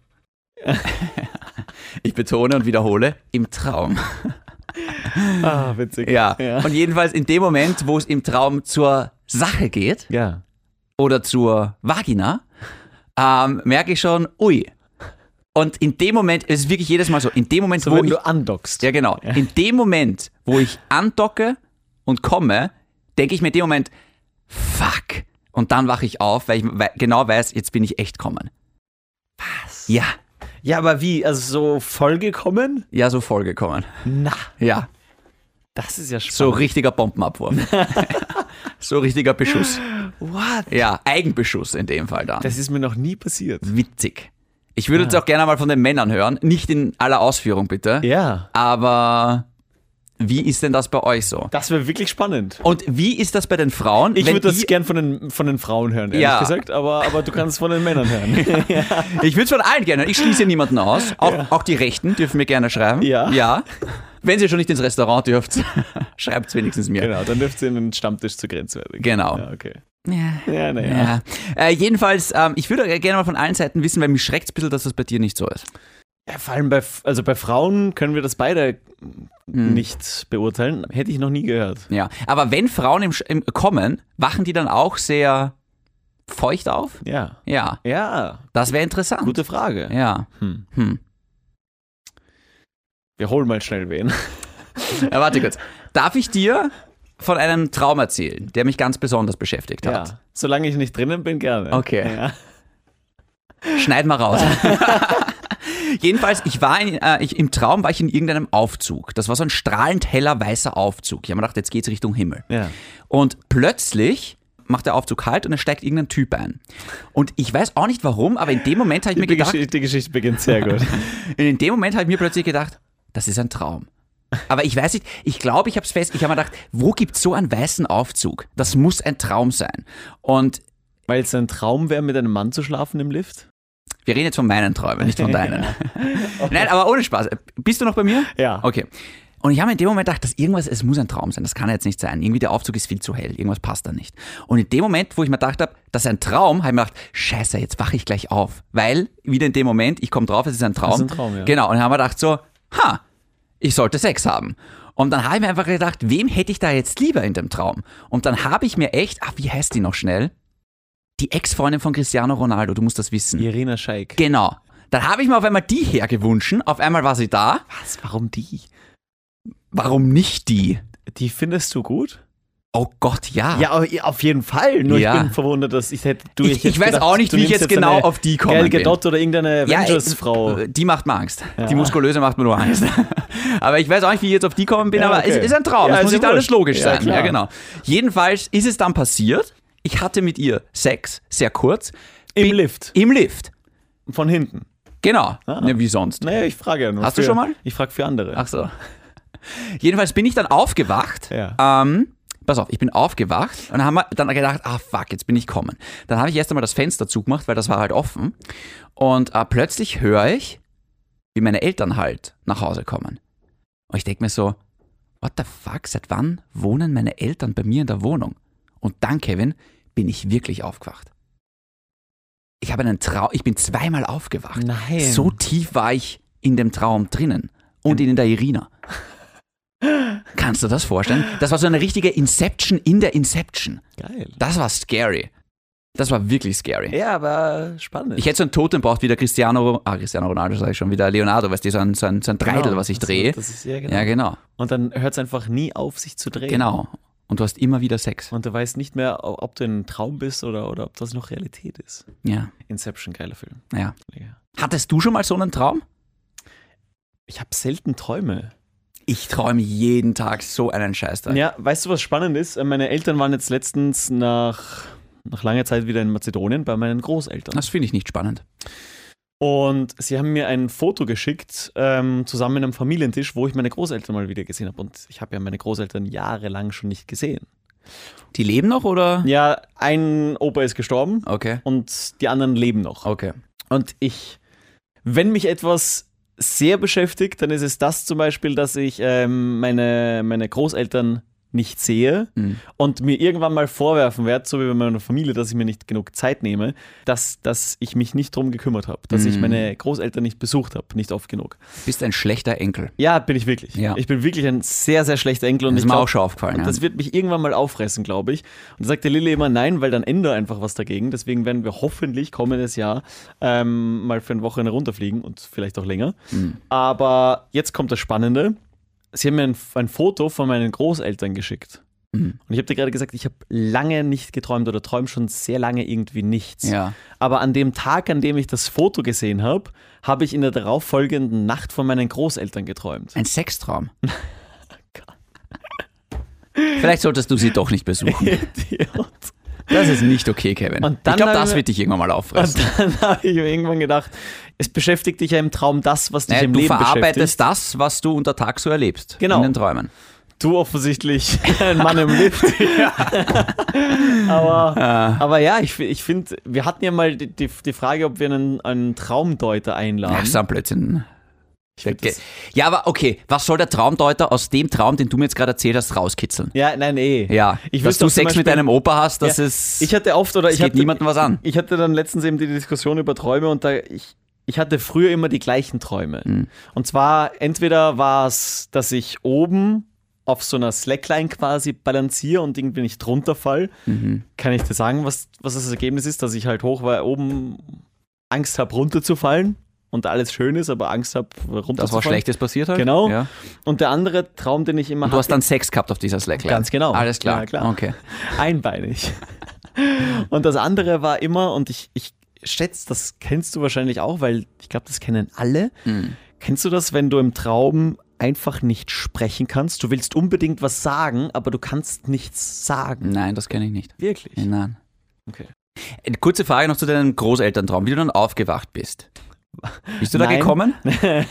[SPEAKER 1] Ich betone und wiederhole, im Traum.
[SPEAKER 2] Ah, witzig.
[SPEAKER 1] Ja.
[SPEAKER 2] Ja.
[SPEAKER 1] Und jedenfalls in dem Moment, wo es im Traum zur Sache geht
[SPEAKER 2] ja.
[SPEAKER 1] oder zur Vagina, ähm, merke ich schon, ui. Und in dem Moment, es ist wirklich jedes Mal so, in dem Moment,
[SPEAKER 2] So,
[SPEAKER 1] wo
[SPEAKER 2] wenn
[SPEAKER 1] ich
[SPEAKER 2] du andockst.
[SPEAKER 1] Ja, genau. In dem Moment, wo ich andocke und komme, denke ich mir in dem Moment, fuck. Und dann wache ich auf, weil ich we genau weiß, jetzt bin ich echt kommen. Was? Ja,
[SPEAKER 2] Ja, aber wie? Also so vollgekommen?
[SPEAKER 1] ja, so voll gekommen.
[SPEAKER 2] Na,
[SPEAKER 1] Ja,
[SPEAKER 2] das ist ja
[SPEAKER 1] so
[SPEAKER 2] spannend.
[SPEAKER 1] richtiger Bombenabwurf. so richtiger Beschuss.
[SPEAKER 2] what?
[SPEAKER 1] Ja, Eigenbeschuss in dem Fall dann.
[SPEAKER 2] Das ist mir noch nie passiert.
[SPEAKER 1] Witzig. Ich würde jetzt auch gerne mal von den Männern hören. Nicht in aller Ausführung, bitte.
[SPEAKER 2] Ja.
[SPEAKER 1] Aber wie ist denn das bei euch so?
[SPEAKER 2] Das wäre wirklich spannend.
[SPEAKER 1] Und wie ist das bei den Frauen?
[SPEAKER 2] Ich
[SPEAKER 1] wenn
[SPEAKER 2] würde das
[SPEAKER 1] ihr-
[SPEAKER 2] gern von den, von den Frauen hören, ehrlich
[SPEAKER 1] Ja.
[SPEAKER 2] gesagt, aber, aber du kannst es von den Männern hören.
[SPEAKER 1] Ich würde es von allen gerne. hören. Ich schließe niemanden aus. Auch, auch die Rechten dürfen mir gerne schreiben.
[SPEAKER 2] Ja.
[SPEAKER 1] Ja. Wenn ihr schon nicht ins Restaurant dürft, schreibt es wenigstens mir.
[SPEAKER 2] genau, dann dürft ihr in den Stammtisch zu grenzwertig.
[SPEAKER 1] Genau.
[SPEAKER 2] Ja, okay. Ja, naja.
[SPEAKER 1] Ja. Äh, jedenfalls, ähm, ich würde gerne mal von allen Seiten wissen, weil mich schreckt es ein bisschen, dass das bei dir nicht so ist.
[SPEAKER 2] Ja, vor allem bei, F- also bei Frauen können wir das beide Hm. nicht beurteilen. Hätte ich noch nie gehört.
[SPEAKER 1] Ja. Aber wenn Frauen im, Sch- im kommen, wachen die dann auch sehr feucht auf?
[SPEAKER 2] Ja.
[SPEAKER 1] Ja.
[SPEAKER 2] Ja,
[SPEAKER 1] Das wäre interessant.
[SPEAKER 2] gute Frage.
[SPEAKER 1] Ja.
[SPEAKER 2] Hm.
[SPEAKER 1] Hm.
[SPEAKER 2] Wir holen mal schnell wen.
[SPEAKER 1] Ja, Äh, warte kurz. Darf ich dir von einem Traum erzählen, der mich ganz besonders beschäftigt hat?
[SPEAKER 2] Ja. Solange ich nicht drinnen bin, gerne.
[SPEAKER 1] Okay.
[SPEAKER 2] Ja.
[SPEAKER 1] Schneid mal raus. Jedenfalls, ich war in, äh, ich, im Traum war ich in irgendeinem Aufzug. Das war so ein strahlend heller weißer Aufzug. Ich habe mir gedacht, jetzt geht's Richtung Himmel.
[SPEAKER 2] Ja.
[SPEAKER 1] Und plötzlich macht der Aufzug halt und da steigt irgendein Typ ein. Und ich weiß auch nicht warum, aber in dem Moment habe ich mir
[SPEAKER 2] Die,
[SPEAKER 1] gedacht,
[SPEAKER 2] Geschichte, die Geschichte beginnt sehr gut.
[SPEAKER 1] und in dem Moment habe ich mir plötzlich gedacht, das ist ein Traum. Aber ich weiß nicht, ich glaube, ich habe es fest, ich habe mir gedacht, wo gibt so einen weißen Aufzug? Das muss ein Traum sein. Und
[SPEAKER 2] Weil es ein Traum wäre, mit einem Mann zu schlafen im Lift?
[SPEAKER 1] wir reden jetzt von meinen Träumen, nicht von deinen. Nein, aber ohne Spaß. Bist du noch bei mir?
[SPEAKER 2] Ja.
[SPEAKER 1] Okay. Und ich habe mir in dem Moment gedacht, dass irgendwas, es muss ein Traum sein, das kann jetzt nicht sein. Irgendwie der Aufzug ist viel zu hell, irgendwas passt da nicht. Und in dem Moment, wo ich mir gedacht habe, das ist ein Traum, habe ich mir gedacht, scheiße, jetzt wache ich gleich auf. Weil, wieder in dem Moment, ich komme drauf, es ist ein Traum.
[SPEAKER 2] Das ist ein Traum, ja.
[SPEAKER 1] Genau, und dann haben wir gedacht so, ha, ich sollte Sex haben. Und dann habe ich mir einfach gedacht, wem hätte ich da jetzt lieber in dem Traum? Und dann habe ich mir echt, ach, wie heißt die noch schnell? Die Ex-Freundin von Cristiano Ronaldo, du musst das wissen.
[SPEAKER 2] Irina Scheik.
[SPEAKER 1] Genau. Dann habe ich mir auf einmal die hergewünschen. Auf einmal war sie da.
[SPEAKER 2] Was? Warum die?
[SPEAKER 1] Warum nicht die?
[SPEAKER 2] Die findest du gut?
[SPEAKER 1] Oh Gott, ja.
[SPEAKER 2] Ja, aber auf jeden Fall. Nur
[SPEAKER 1] Ja.
[SPEAKER 2] ich bin verwundert, dass ich hätte du
[SPEAKER 1] Ich-
[SPEAKER 2] hätte
[SPEAKER 1] ich weiß
[SPEAKER 2] gedacht,
[SPEAKER 1] auch nicht,
[SPEAKER 2] du
[SPEAKER 1] wie ich
[SPEAKER 2] nimmst
[SPEAKER 1] jetzt genau
[SPEAKER 2] eine
[SPEAKER 1] auf die kommen
[SPEAKER 2] Gal
[SPEAKER 1] bin.
[SPEAKER 2] Gadot oder irgendeine
[SPEAKER 1] Ja,
[SPEAKER 2] Avengers-Frau.
[SPEAKER 1] äh, Die macht mir Angst. Die
[SPEAKER 2] Ja.
[SPEAKER 1] muskulöse macht mir nur Angst. aber ich weiß auch nicht, wie ich jetzt auf die gekommen bin,
[SPEAKER 2] Ja,
[SPEAKER 1] aber
[SPEAKER 2] okay.
[SPEAKER 1] es ist ein Traum.
[SPEAKER 2] Ja,
[SPEAKER 1] das
[SPEAKER 2] ist
[SPEAKER 1] muss
[SPEAKER 2] ja
[SPEAKER 1] nicht alles
[SPEAKER 2] wurscht.
[SPEAKER 1] logisch
[SPEAKER 2] Ja,
[SPEAKER 1] sein. Ja,
[SPEAKER 2] klar.
[SPEAKER 1] genau. Jedenfalls ist es dann passiert. Ich hatte mit ihr Sex, sehr kurz.
[SPEAKER 2] Im
[SPEAKER 1] Bin-
[SPEAKER 2] Lift.
[SPEAKER 1] Im Lift.
[SPEAKER 2] Von hinten.
[SPEAKER 1] Genau.
[SPEAKER 2] Ah.
[SPEAKER 1] Ne, wie sonst.
[SPEAKER 2] Naja, ich frage ja nur.
[SPEAKER 1] Hast du
[SPEAKER 2] für-
[SPEAKER 1] schon mal?
[SPEAKER 2] Ich frage für andere.
[SPEAKER 1] Ach so. Jedenfalls bin ich dann aufgewacht.
[SPEAKER 2] Ja.
[SPEAKER 1] Ähm, pass auf, ich bin aufgewacht und dann haben wir dann gedacht, ah fuck, jetzt bin ich kommen. Dann habe ich erst einmal das Fenster zugemacht, weil das war halt offen. Und äh, plötzlich höre ich, wie meine Eltern halt nach Hause kommen. Und ich denke mir so, what the fuck, seit wann wohnen meine Eltern bei mir in der Wohnung? Und dann, Kevin, bin ich wirklich aufgewacht. Ich habe einen Traum, ich bin zweimal aufgewacht.
[SPEAKER 2] Nein.
[SPEAKER 1] So tief war ich in dem Traum drinnen und in der Irina. Kannst du das vorstellen? Das war so eine richtige Inception in der Inception.
[SPEAKER 2] Geil.
[SPEAKER 1] Das war scary. Das war wirklich scary.
[SPEAKER 2] Ja, aber spannend.
[SPEAKER 1] Ich hätte so einen Totem braucht wie der Cristiano, ah, Cristiano Ronaldo sage ich schon, wie der Leonardo, weißt du, so ein, so ein, so ein Dreidel, was ich
[SPEAKER 2] Genau, das-
[SPEAKER 1] drehe.
[SPEAKER 2] Das ist, ja, genau.
[SPEAKER 1] Ja, genau.
[SPEAKER 2] Und dann hört es einfach nie auf, sich zu drehen.
[SPEAKER 1] Genau. Und du hast immer wieder Sex.
[SPEAKER 2] Und du weißt nicht mehr, o- ob du in einem Traum bist oder, oder ob das noch Realität ist.
[SPEAKER 1] Ja,
[SPEAKER 2] Inception, geiler Film.
[SPEAKER 1] ja.
[SPEAKER 2] Mega.
[SPEAKER 1] Hattest du schon mal so einen Traum?
[SPEAKER 2] Ich habe selten Träume.
[SPEAKER 1] Ich träume jeden Tag so einen Scheißdreck.
[SPEAKER 2] Ja, weißt du, was spannend ist? Meine Eltern waren jetzt letztens nach, nach langer Zeit wieder in Mazedonien bei meinen Großeltern.
[SPEAKER 1] Das finde ich nicht spannend.
[SPEAKER 2] Und sie haben mir ein Foto geschickt, ähm, zusammen am Familientisch, wo ich meine Großeltern mal wieder gesehen habe. Und ich habe ja meine Großeltern jahrelang schon nicht gesehen.
[SPEAKER 1] Die leben noch oder?
[SPEAKER 2] Ja, ein Opa ist gestorben
[SPEAKER 1] Okay.
[SPEAKER 2] und die anderen leben noch.
[SPEAKER 1] Okay.
[SPEAKER 2] Und ich, wenn mich etwas sehr beschäftigt, dann ist es das zum Beispiel, dass ich ähm, meine, meine Großeltern nicht sehe
[SPEAKER 1] Mhm.
[SPEAKER 2] und mir irgendwann mal vorwerfen werde, so wie bei meiner Familie, dass ich mir nicht genug Zeit nehme, dass, dass ich mich nicht drum gekümmert habe, dass ich
[SPEAKER 1] Mhm.
[SPEAKER 2] meine Großeltern nicht besucht habe, nicht oft genug.
[SPEAKER 1] Bist ein schlechter Enkel.
[SPEAKER 2] Ja, bin ich wirklich.
[SPEAKER 1] Ja.
[SPEAKER 2] Ich bin wirklich ein sehr, sehr schlechter Enkel und
[SPEAKER 1] Das ist
[SPEAKER 2] ich
[SPEAKER 1] mir
[SPEAKER 2] glaub,
[SPEAKER 1] auch schon aufgefallen.
[SPEAKER 2] und
[SPEAKER 1] ja.
[SPEAKER 2] das wird mich irgendwann mal auffressen, glaube ich. Und da sagt der Lille immer nein, weil dann ändere einfach was dagegen. Deswegen werden wir hoffentlich kommendes Jahr ähm, mal für eine Woche runterfliegen und vielleicht auch länger.
[SPEAKER 1] Mhm.
[SPEAKER 2] Aber jetzt kommt das Spannende. Sie haben mir ein, ein Foto von meinen Großeltern geschickt.
[SPEAKER 1] Mhm.
[SPEAKER 2] Und ich habe dir gerade gesagt, ich habe lange nicht geträumt oder träume schon sehr lange irgendwie nichts.
[SPEAKER 1] Ja.
[SPEAKER 2] Aber an dem Tag, an dem ich das Foto gesehen habe, habe ich in der darauffolgenden Nacht von meinen Großeltern geträumt.
[SPEAKER 1] Ein Sextraum. Vielleicht solltest du sie doch nicht besuchen.
[SPEAKER 2] Idiot.
[SPEAKER 1] Das ist nicht okay, Kevin.
[SPEAKER 2] Und
[SPEAKER 1] ich
[SPEAKER 2] dann
[SPEAKER 1] glaube,
[SPEAKER 2] haben
[SPEAKER 1] das
[SPEAKER 2] wir-
[SPEAKER 1] wird dich irgendwann mal
[SPEAKER 2] Und
[SPEAKER 1] auffressen.
[SPEAKER 2] dann habe ich mir irgendwann gedacht, es beschäftigt dich ja im Traum das, was dich
[SPEAKER 1] Naja,
[SPEAKER 2] im
[SPEAKER 1] du
[SPEAKER 2] Leben
[SPEAKER 1] verarbeitest
[SPEAKER 2] beschäftigt.
[SPEAKER 1] das, was du unter Tag so erlebst.
[SPEAKER 2] Genau.
[SPEAKER 1] In den Träumen.
[SPEAKER 2] Du offensichtlich ein Mann im Lift. aber, aber ja, ich, fi- ich finde, wir hatten ja mal die, die, die Frage, ob wir einen, einen Traumdeuter einladen.
[SPEAKER 1] Ach, so ein Blödsinn.
[SPEAKER 2] Ich find das-
[SPEAKER 1] Ja, aber okay, was soll der Traumdeuter aus dem Traum, den du mir jetzt gerade erzählt hast, rauskitzeln?
[SPEAKER 2] ja, nein, eh.
[SPEAKER 1] Ja,
[SPEAKER 2] ich
[SPEAKER 1] dass du
[SPEAKER 2] wüsste auch zum
[SPEAKER 1] Sex mit
[SPEAKER 2] Beispiel-
[SPEAKER 1] deinem Opa hast, das
[SPEAKER 2] Ja,
[SPEAKER 1] ist...
[SPEAKER 2] Ich hatte oft oder
[SPEAKER 1] Das
[SPEAKER 2] ich
[SPEAKER 1] geht
[SPEAKER 2] hatte
[SPEAKER 1] niemandem was an.
[SPEAKER 2] Ich hatte dann letztens eben die Diskussion über Träume und da ich ich hatte früher immer die gleichen Träume.
[SPEAKER 1] Mhm.
[SPEAKER 2] Und zwar entweder war es, dass ich oben auf so einer Slackline quasi balanciere und irgendwie nicht runterfall.
[SPEAKER 1] Mhm.
[SPEAKER 2] Kann ich dir sagen, was, was das Ergebnis ist, dass ich halt hoch war, oben Angst habe, runterzufallen und alles schön ist, aber Angst habe, runterzufallen.
[SPEAKER 1] das war Schlechtes passiert halt?
[SPEAKER 2] Genau.
[SPEAKER 1] Ja.
[SPEAKER 2] Und der andere Traum, den ich immer
[SPEAKER 1] Und du hast
[SPEAKER 2] hatte,
[SPEAKER 1] dann Sex gehabt auf dieser Slackline?
[SPEAKER 2] Ganz genau.
[SPEAKER 1] Alles klar.
[SPEAKER 2] Ja, klar.
[SPEAKER 1] Okay.
[SPEAKER 2] einbeinig. Und das andere war immer, und ich, ich schätze, das kennst du wahrscheinlich auch, weil ich glaube, das kennen alle.
[SPEAKER 1] Hm.
[SPEAKER 2] Kennst du das, wenn du im Traum einfach nicht sprechen kannst? Du willst unbedingt was sagen, aber du kannst nichts sagen.
[SPEAKER 1] Nein, das kenne ich nicht.
[SPEAKER 2] Wirklich?
[SPEAKER 1] Nein.
[SPEAKER 2] Okay.
[SPEAKER 1] Äh, Kurze Frage noch zu deinem Großelterntraum, wie du dann aufgewacht bist. Bist du da
[SPEAKER 2] Nein.
[SPEAKER 1] gekommen?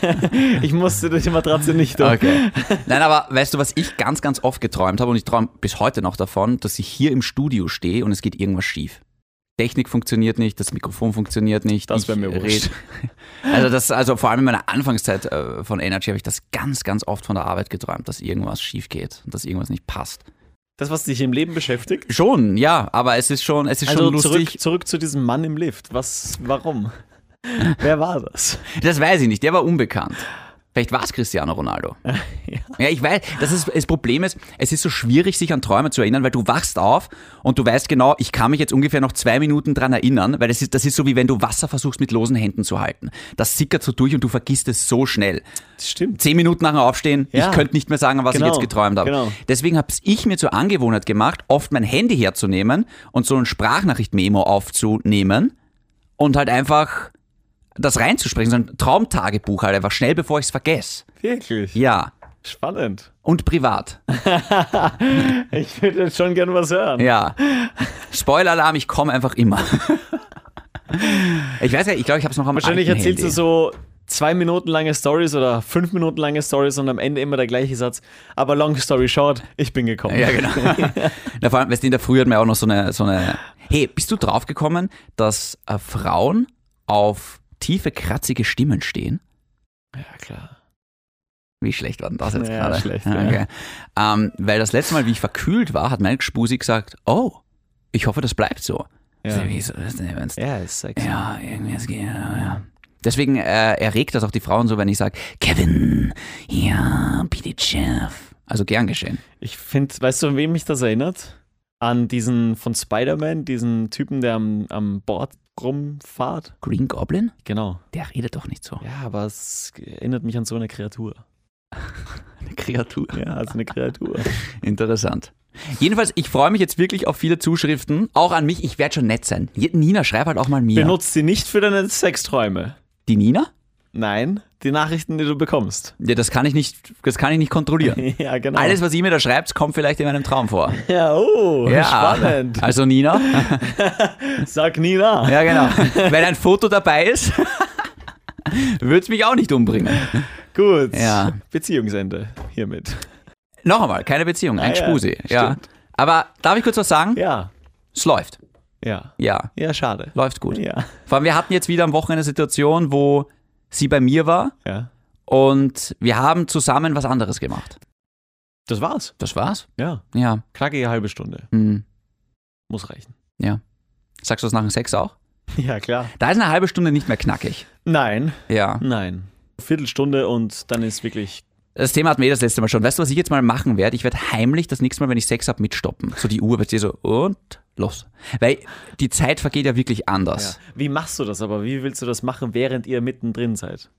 [SPEAKER 2] Ich musste durch die Matratze nicht durch.
[SPEAKER 1] Okay. Nein, aber weißt du, was ich ganz, ganz oft geträumt habe und ich träume bis heute noch davon, dass ich hier im Studio stehe und es geht irgendwas schief. Technik funktioniert nicht, das Mikrofon funktioniert nicht.
[SPEAKER 2] Das
[SPEAKER 1] ich
[SPEAKER 2] wär mir wurscht.
[SPEAKER 1] red- Also, das, also vor allem in meiner Anfangszeit äh, von Energy habe ich das ganz, ganz oft von der Arbeit geträumt, dass irgendwas schief geht und dass irgendwas nicht passt.
[SPEAKER 2] Das, was dich im Leben beschäftigt.
[SPEAKER 1] Schon, ja, aber es ist schon, es ist
[SPEAKER 2] Also
[SPEAKER 1] schon lustig.
[SPEAKER 2] zurück, zurück zu diesem Mann im Lift. Was, warum? Wer war das?
[SPEAKER 1] Das weiß ich nicht, der war unbekannt. Vielleicht war es Cristiano Ronaldo. Ja. ich weiß, das, ist, das Problem ist, es ist so schwierig, sich an Träume zu erinnern, weil du wachst auf und du weißt genau, ich kann mich jetzt ungefähr noch zwei Minuten dran erinnern, weil das ist, das ist so wie wenn du Wasser versuchst mit losen Händen zu halten. Das sickert so durch und du vergisst es so schnell.
[SPEAKER 2] Stimmt.
[SPEAKER 1] Zehn Minuten nach dem Aufstehen,
[SPEAKER 2] Ja.
[SPEAKER 1] ich könnte nicht mehr sagen, an was
[SPEAKER 2] Genau,
[SPEAKER 1] ich jetzt geträumt habe.
[SPEAKER 2] genau.
[SPEAKER 1] Deswegen habe ich mir zur Angewohnheit gemacht, oft mein Handy herzunehmen und so ein Sprachnachricht-Memo aufzunehmen und halt einfach das reinzusprechen, so ein Traumtagebuch halt einfach schnell, bevor ich es vergesse.
[SPEAKER 2] Wirklich?
[SPEAKER 1] Ja.
[SPEAKER 2] Spannend.
[SPEAKER 1] Und privat.
[SPEAKER 2] Ich würde jetzt schon gern was hören.
[SPEAKER 1] Ja. Spoiler-Alarm, ich komme einfach immer. Ich weiß ja, ich glaube, ich habe es noch am
[SPEAKER 2] Wahrscheinlich
[SPEAKER 1] alten
[SPEAKER 2] erzählst du
[SPEAKER 1] Handy.
[SPEAKER 2] so zwei Minuten lange Stories oder fünf Minuten lange Stories und am Ende immer der gleiche Satz. Aber long story short, ich bin gekommen.
[SPEAKER 1] Ja, genau. Na, vor allem, weißt du, in der Früh hat man ja auch noch so eine, so eine. Hey, bist du draufgekommen, dass äh, Frauen auf tiefe, kratzige Stimmen stehen?
[SPEAKER 2] Ja, klar.
[SPEAKER 1] Wie schlecht war denn das jetzt
[SPEAKER 2] Ja,
[SPEAKER 1] gerade?
[SPEAKER 2] schlecht,
[SPEAKER 1] Ah, okay. ähm, weil das letzte Mal, wie ich verkühlt war, hat mein Spusi gesagt, oh, ich hoffe, das bleibt so.
[SPEAKER 2] Ja.
[SPEAKER 1] Also, wie so das denn, wenn's-
[SPEAKER 2] Ja, ist sexy.
[SPEAKER 1] ja irgendwie, es geht, ja, ja. Deswegen äh, erregt das auch die Frauen so, wenn ich sage, Kevin, ja, bitte Chef. Also gern geschehen.
[SPEAKER 2] Ich finde, weißt du, an wen mich das erinnert? An diesen von Spider-Man, diesen Typen, der am, am Board rumfahrt.
[SPEAKER 1] Green Goblin?
[SPEAKER 2] Genau.
[SPEAKER 1] Der redet doch nicht so.
[SPEAKER 2] Ja, aber es erinnert mich an so eine Kreatur.
[SPEAKER 1] Eine Kreatur.
[SPEAKER 2] Ja, also eine Kreatur.
[SPEAKER 1] Interessant. Jedenfalls, ich freue mich jetzt wirklich auf viele Zuschriften, auch an mich. Ich werde schon nett sein. Je- Nina, schreib halt auch mal mir.
[SPEAKER 2] Benutzt sie nicht für deine Sexträume.
[SPEAKER 1] die Nina?
[SPEAKER 2] Nein, die Nachrichten, die du bekommst.
[SPEAKER 1] Ja, das kann ich nicht, das kann ich nicht kontrollieren.
[SPEAKER 2] Ja, genau.
[SPEAKER 1] Alles, was ihr mir da schreibt, kommt vielleicht in meinem Traum vor.
[SPEAKER 2] ja, oh, spannend.
[SPEAKER 1] Also Nina.
[SPEAKER 2] Sag Nina.
[SPEAKER 1] Ja, genau. Wenn ein Foto dabei ist, würde es mich auch nicht umbringen.
[SPEAKER 2] Gut.
[SPEAKER 1] Ja.
[SPEAKER 2] Beziehungsende hiermit.
[SPEAKER 1] Noch einmal, keine Beziehung, ein
[SPEAKER 2] Ah, ja,
[SPEAKER 1] Spusi. Ja.
[SPEAKER 2] stimmt.
[SPEAKER 1] Aber darf ich kurz was sagen?
[SPEAKER 2] Ja,
[SPEAKER 1] Es läuft.
[SPEAKER 2] ja.
[SPEAKER 1] Ja,
[SPEAKER 2] Ja, schade.
[SPEAKER 1] läuft gut.
[SPEAKER 2] Ja.
[SPEAKER 1] Vor allem, wir hatten jetzt wieder am Wochenende eine Situation, wo sie bei mir war
[SPEAKER 2] Ja.
[SPEAKER 1] und wir haben zusammen was anderes gemacht.
[SPEAKER 2] Das war's.
[SPEAKER 1] Das war's?
[SPEAKER 2] Ja.
[SPEAKER 1] Ja.
[SPEAKER 2] Knackige halbe Stunde.
[SPEAKER 1] Hm.
[SPEAKER 2] Muss reichen.
[SPEAKER 1] Sagst du das nach dem Sex auch?
[SPEAKER 2] Ja, klar.
[SPEAKER 1] Da ist eine halbe Stunde nicht mehr knackig.
[SPEAKER 2] Nein,
[SPEAKER 1] Ja.
[SPEAKER 2] nein. Viertelstunde und dann ist wirklich.
[SPEAKER 1] Das Thema hatten wir eh das letzte Mal schon. Weißt du, was ich jetzt mal machen werde? Ich werde heimlich das nächste Mal, wenn ich Sex habe, mitstoppen. So die Uhr, weißt du, so und los. Weil die Zeit vergeht ja wirklich anders.
[SPEAKER 2] Wie machst du das aber? Wie willst du das machen, während ihr mittendrin seid?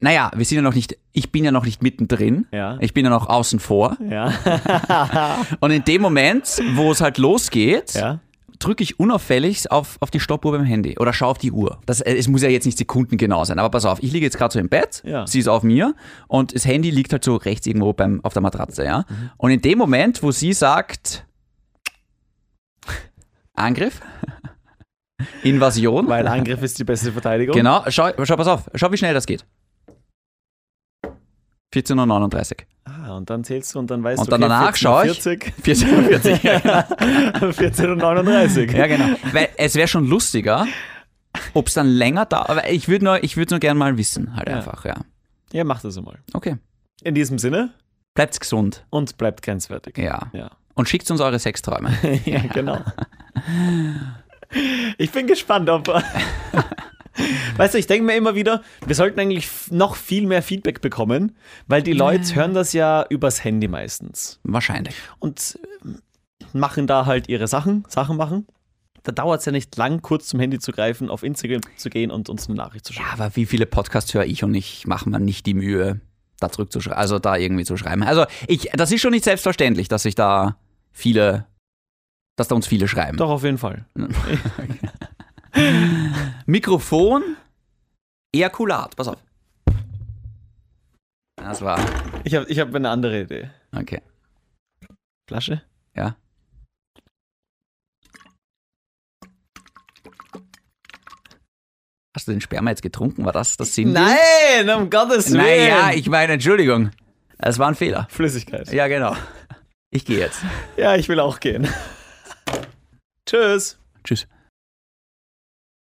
[SPEAKER 1] Naja, wir sind ja noch nicht, ich bin ja noch nicht mittendrin.
[SPEAKER 2] Ja.
[SPEAKER 1] Ich bin ja noch außen vor.
[SPEAKER 2] Ja.
[SPEAKER 1] Und in dem Moment, wo es halt losgeht,
[SPEAKER 2] Ja.
[SPEAKER 1] drücke ich unauffällig auf, auf die Stoppuhr beim Handy oder schaue auf die Uhr. Das, äh, es muss ja jetzt nicht sekundengenau sein, aber pass auf, ich liege jetzt gerade so im Bett,
[SPEAKER 2] Ja.
[SPEAKER 1] sie ist auf mir und das Handy liegt halt so rechts irgendwo beim, auf der Matratze. Ja? Und in dem Moment, wo sie sagt, Angriff, Invasion,
[SPEAKER 2] Weil Angriff ist die beste Verteidigung.
[SPEAKER 1] genau, schau, schau, pass auf, schau, wie schnell das geht. 14.39 Uhr.
[SPEAKER 2] Ah, und dann zählst du und dann weißt
[SPEAKER 1] Und
[SPEAKER 2] du.
[SPEAKER 1] dann danach schaue ich.
[SPEAKER 2] 40,
[SPEAKER 1] 14.40 Uhr.
[SPEAKER 2] 14 genau. und 39.
[SPEAKER 1] Ja, genau. Weil es wäre schon lustiger, ob es dann länger dauert. Aber ich würde nur, ich würd nur gerne mal wissen, halt
[SPEAKER 2] Ja.
[SPEAKER 1] einfach, ja.
[SPEAKER 2] ja, mach das einmal.
[SPEAKER 1] Okay.
[SPEAKER 2] In diesem Sinne
[SPEAKER 1] Bleibt's gesund.
[SPEAKER 2] und bleibt grenzwertig.
[SPEAKER 1] Ja.
[SPEAKER 2] Ja,
[SPEAKER 1] Und schickt uns eure Sexträume.
[SPEAKER 2] ja genau. Ich bin gespannt, ob. Weißt du, ich denke mir immer wieder, wir sollten eigentlich f- noch viel mehr Feedback bekommen, weil die Leute hören das ja übers Handy meistens
[SPEAKER 1] Wahrscheinlich.
[SPEAKER 2] und ähm, machen da halt ihre Sachen, Sachen machen. Da dauert es ja nicht lang, kurz zum Handy zu greifen, auf Instagram zu gehen und uns eine Nachricht zu schreiben.
[SPEAKER 1] Ja, aber wie viele Podcasts höre ich und ich mache mir nicht die Mühe, da zurückzuschreiben, also da irgendwie zu schreiben. Also ich, das ist schon nicht selbstverständlich, dass ich da viele, dass da uns viele schreiben.
[SPEAKER 2] Doch, auf jeden Fall.
[SPEAKER 1] Mikrofon, Ejakulat. Pass auf. Das war.
[SPEAKER 2] Ich habe ich hab eine andere Idee.
[SPEAKER 1] Okay.
[SPEAKER 2] Flasche?
[SPEAKER 1] Ja. Hast du den Sperma jetzt getrunken? War das das Sinn?
[SPEAKER 2] Nein, um Gottes Willen.
[SPEAKER 1] Naja, ich meine, Entschuldigung. Das war ein Fehler.
[SPEAKER 2] Flüssigkeit.
[SPEAKER 1] Ja, genau. Ich gehe jetzt.
[SPEAKER 2] Ja, ich will auch gehen. Tschüss.
[SPEAKER 1] Tschüss.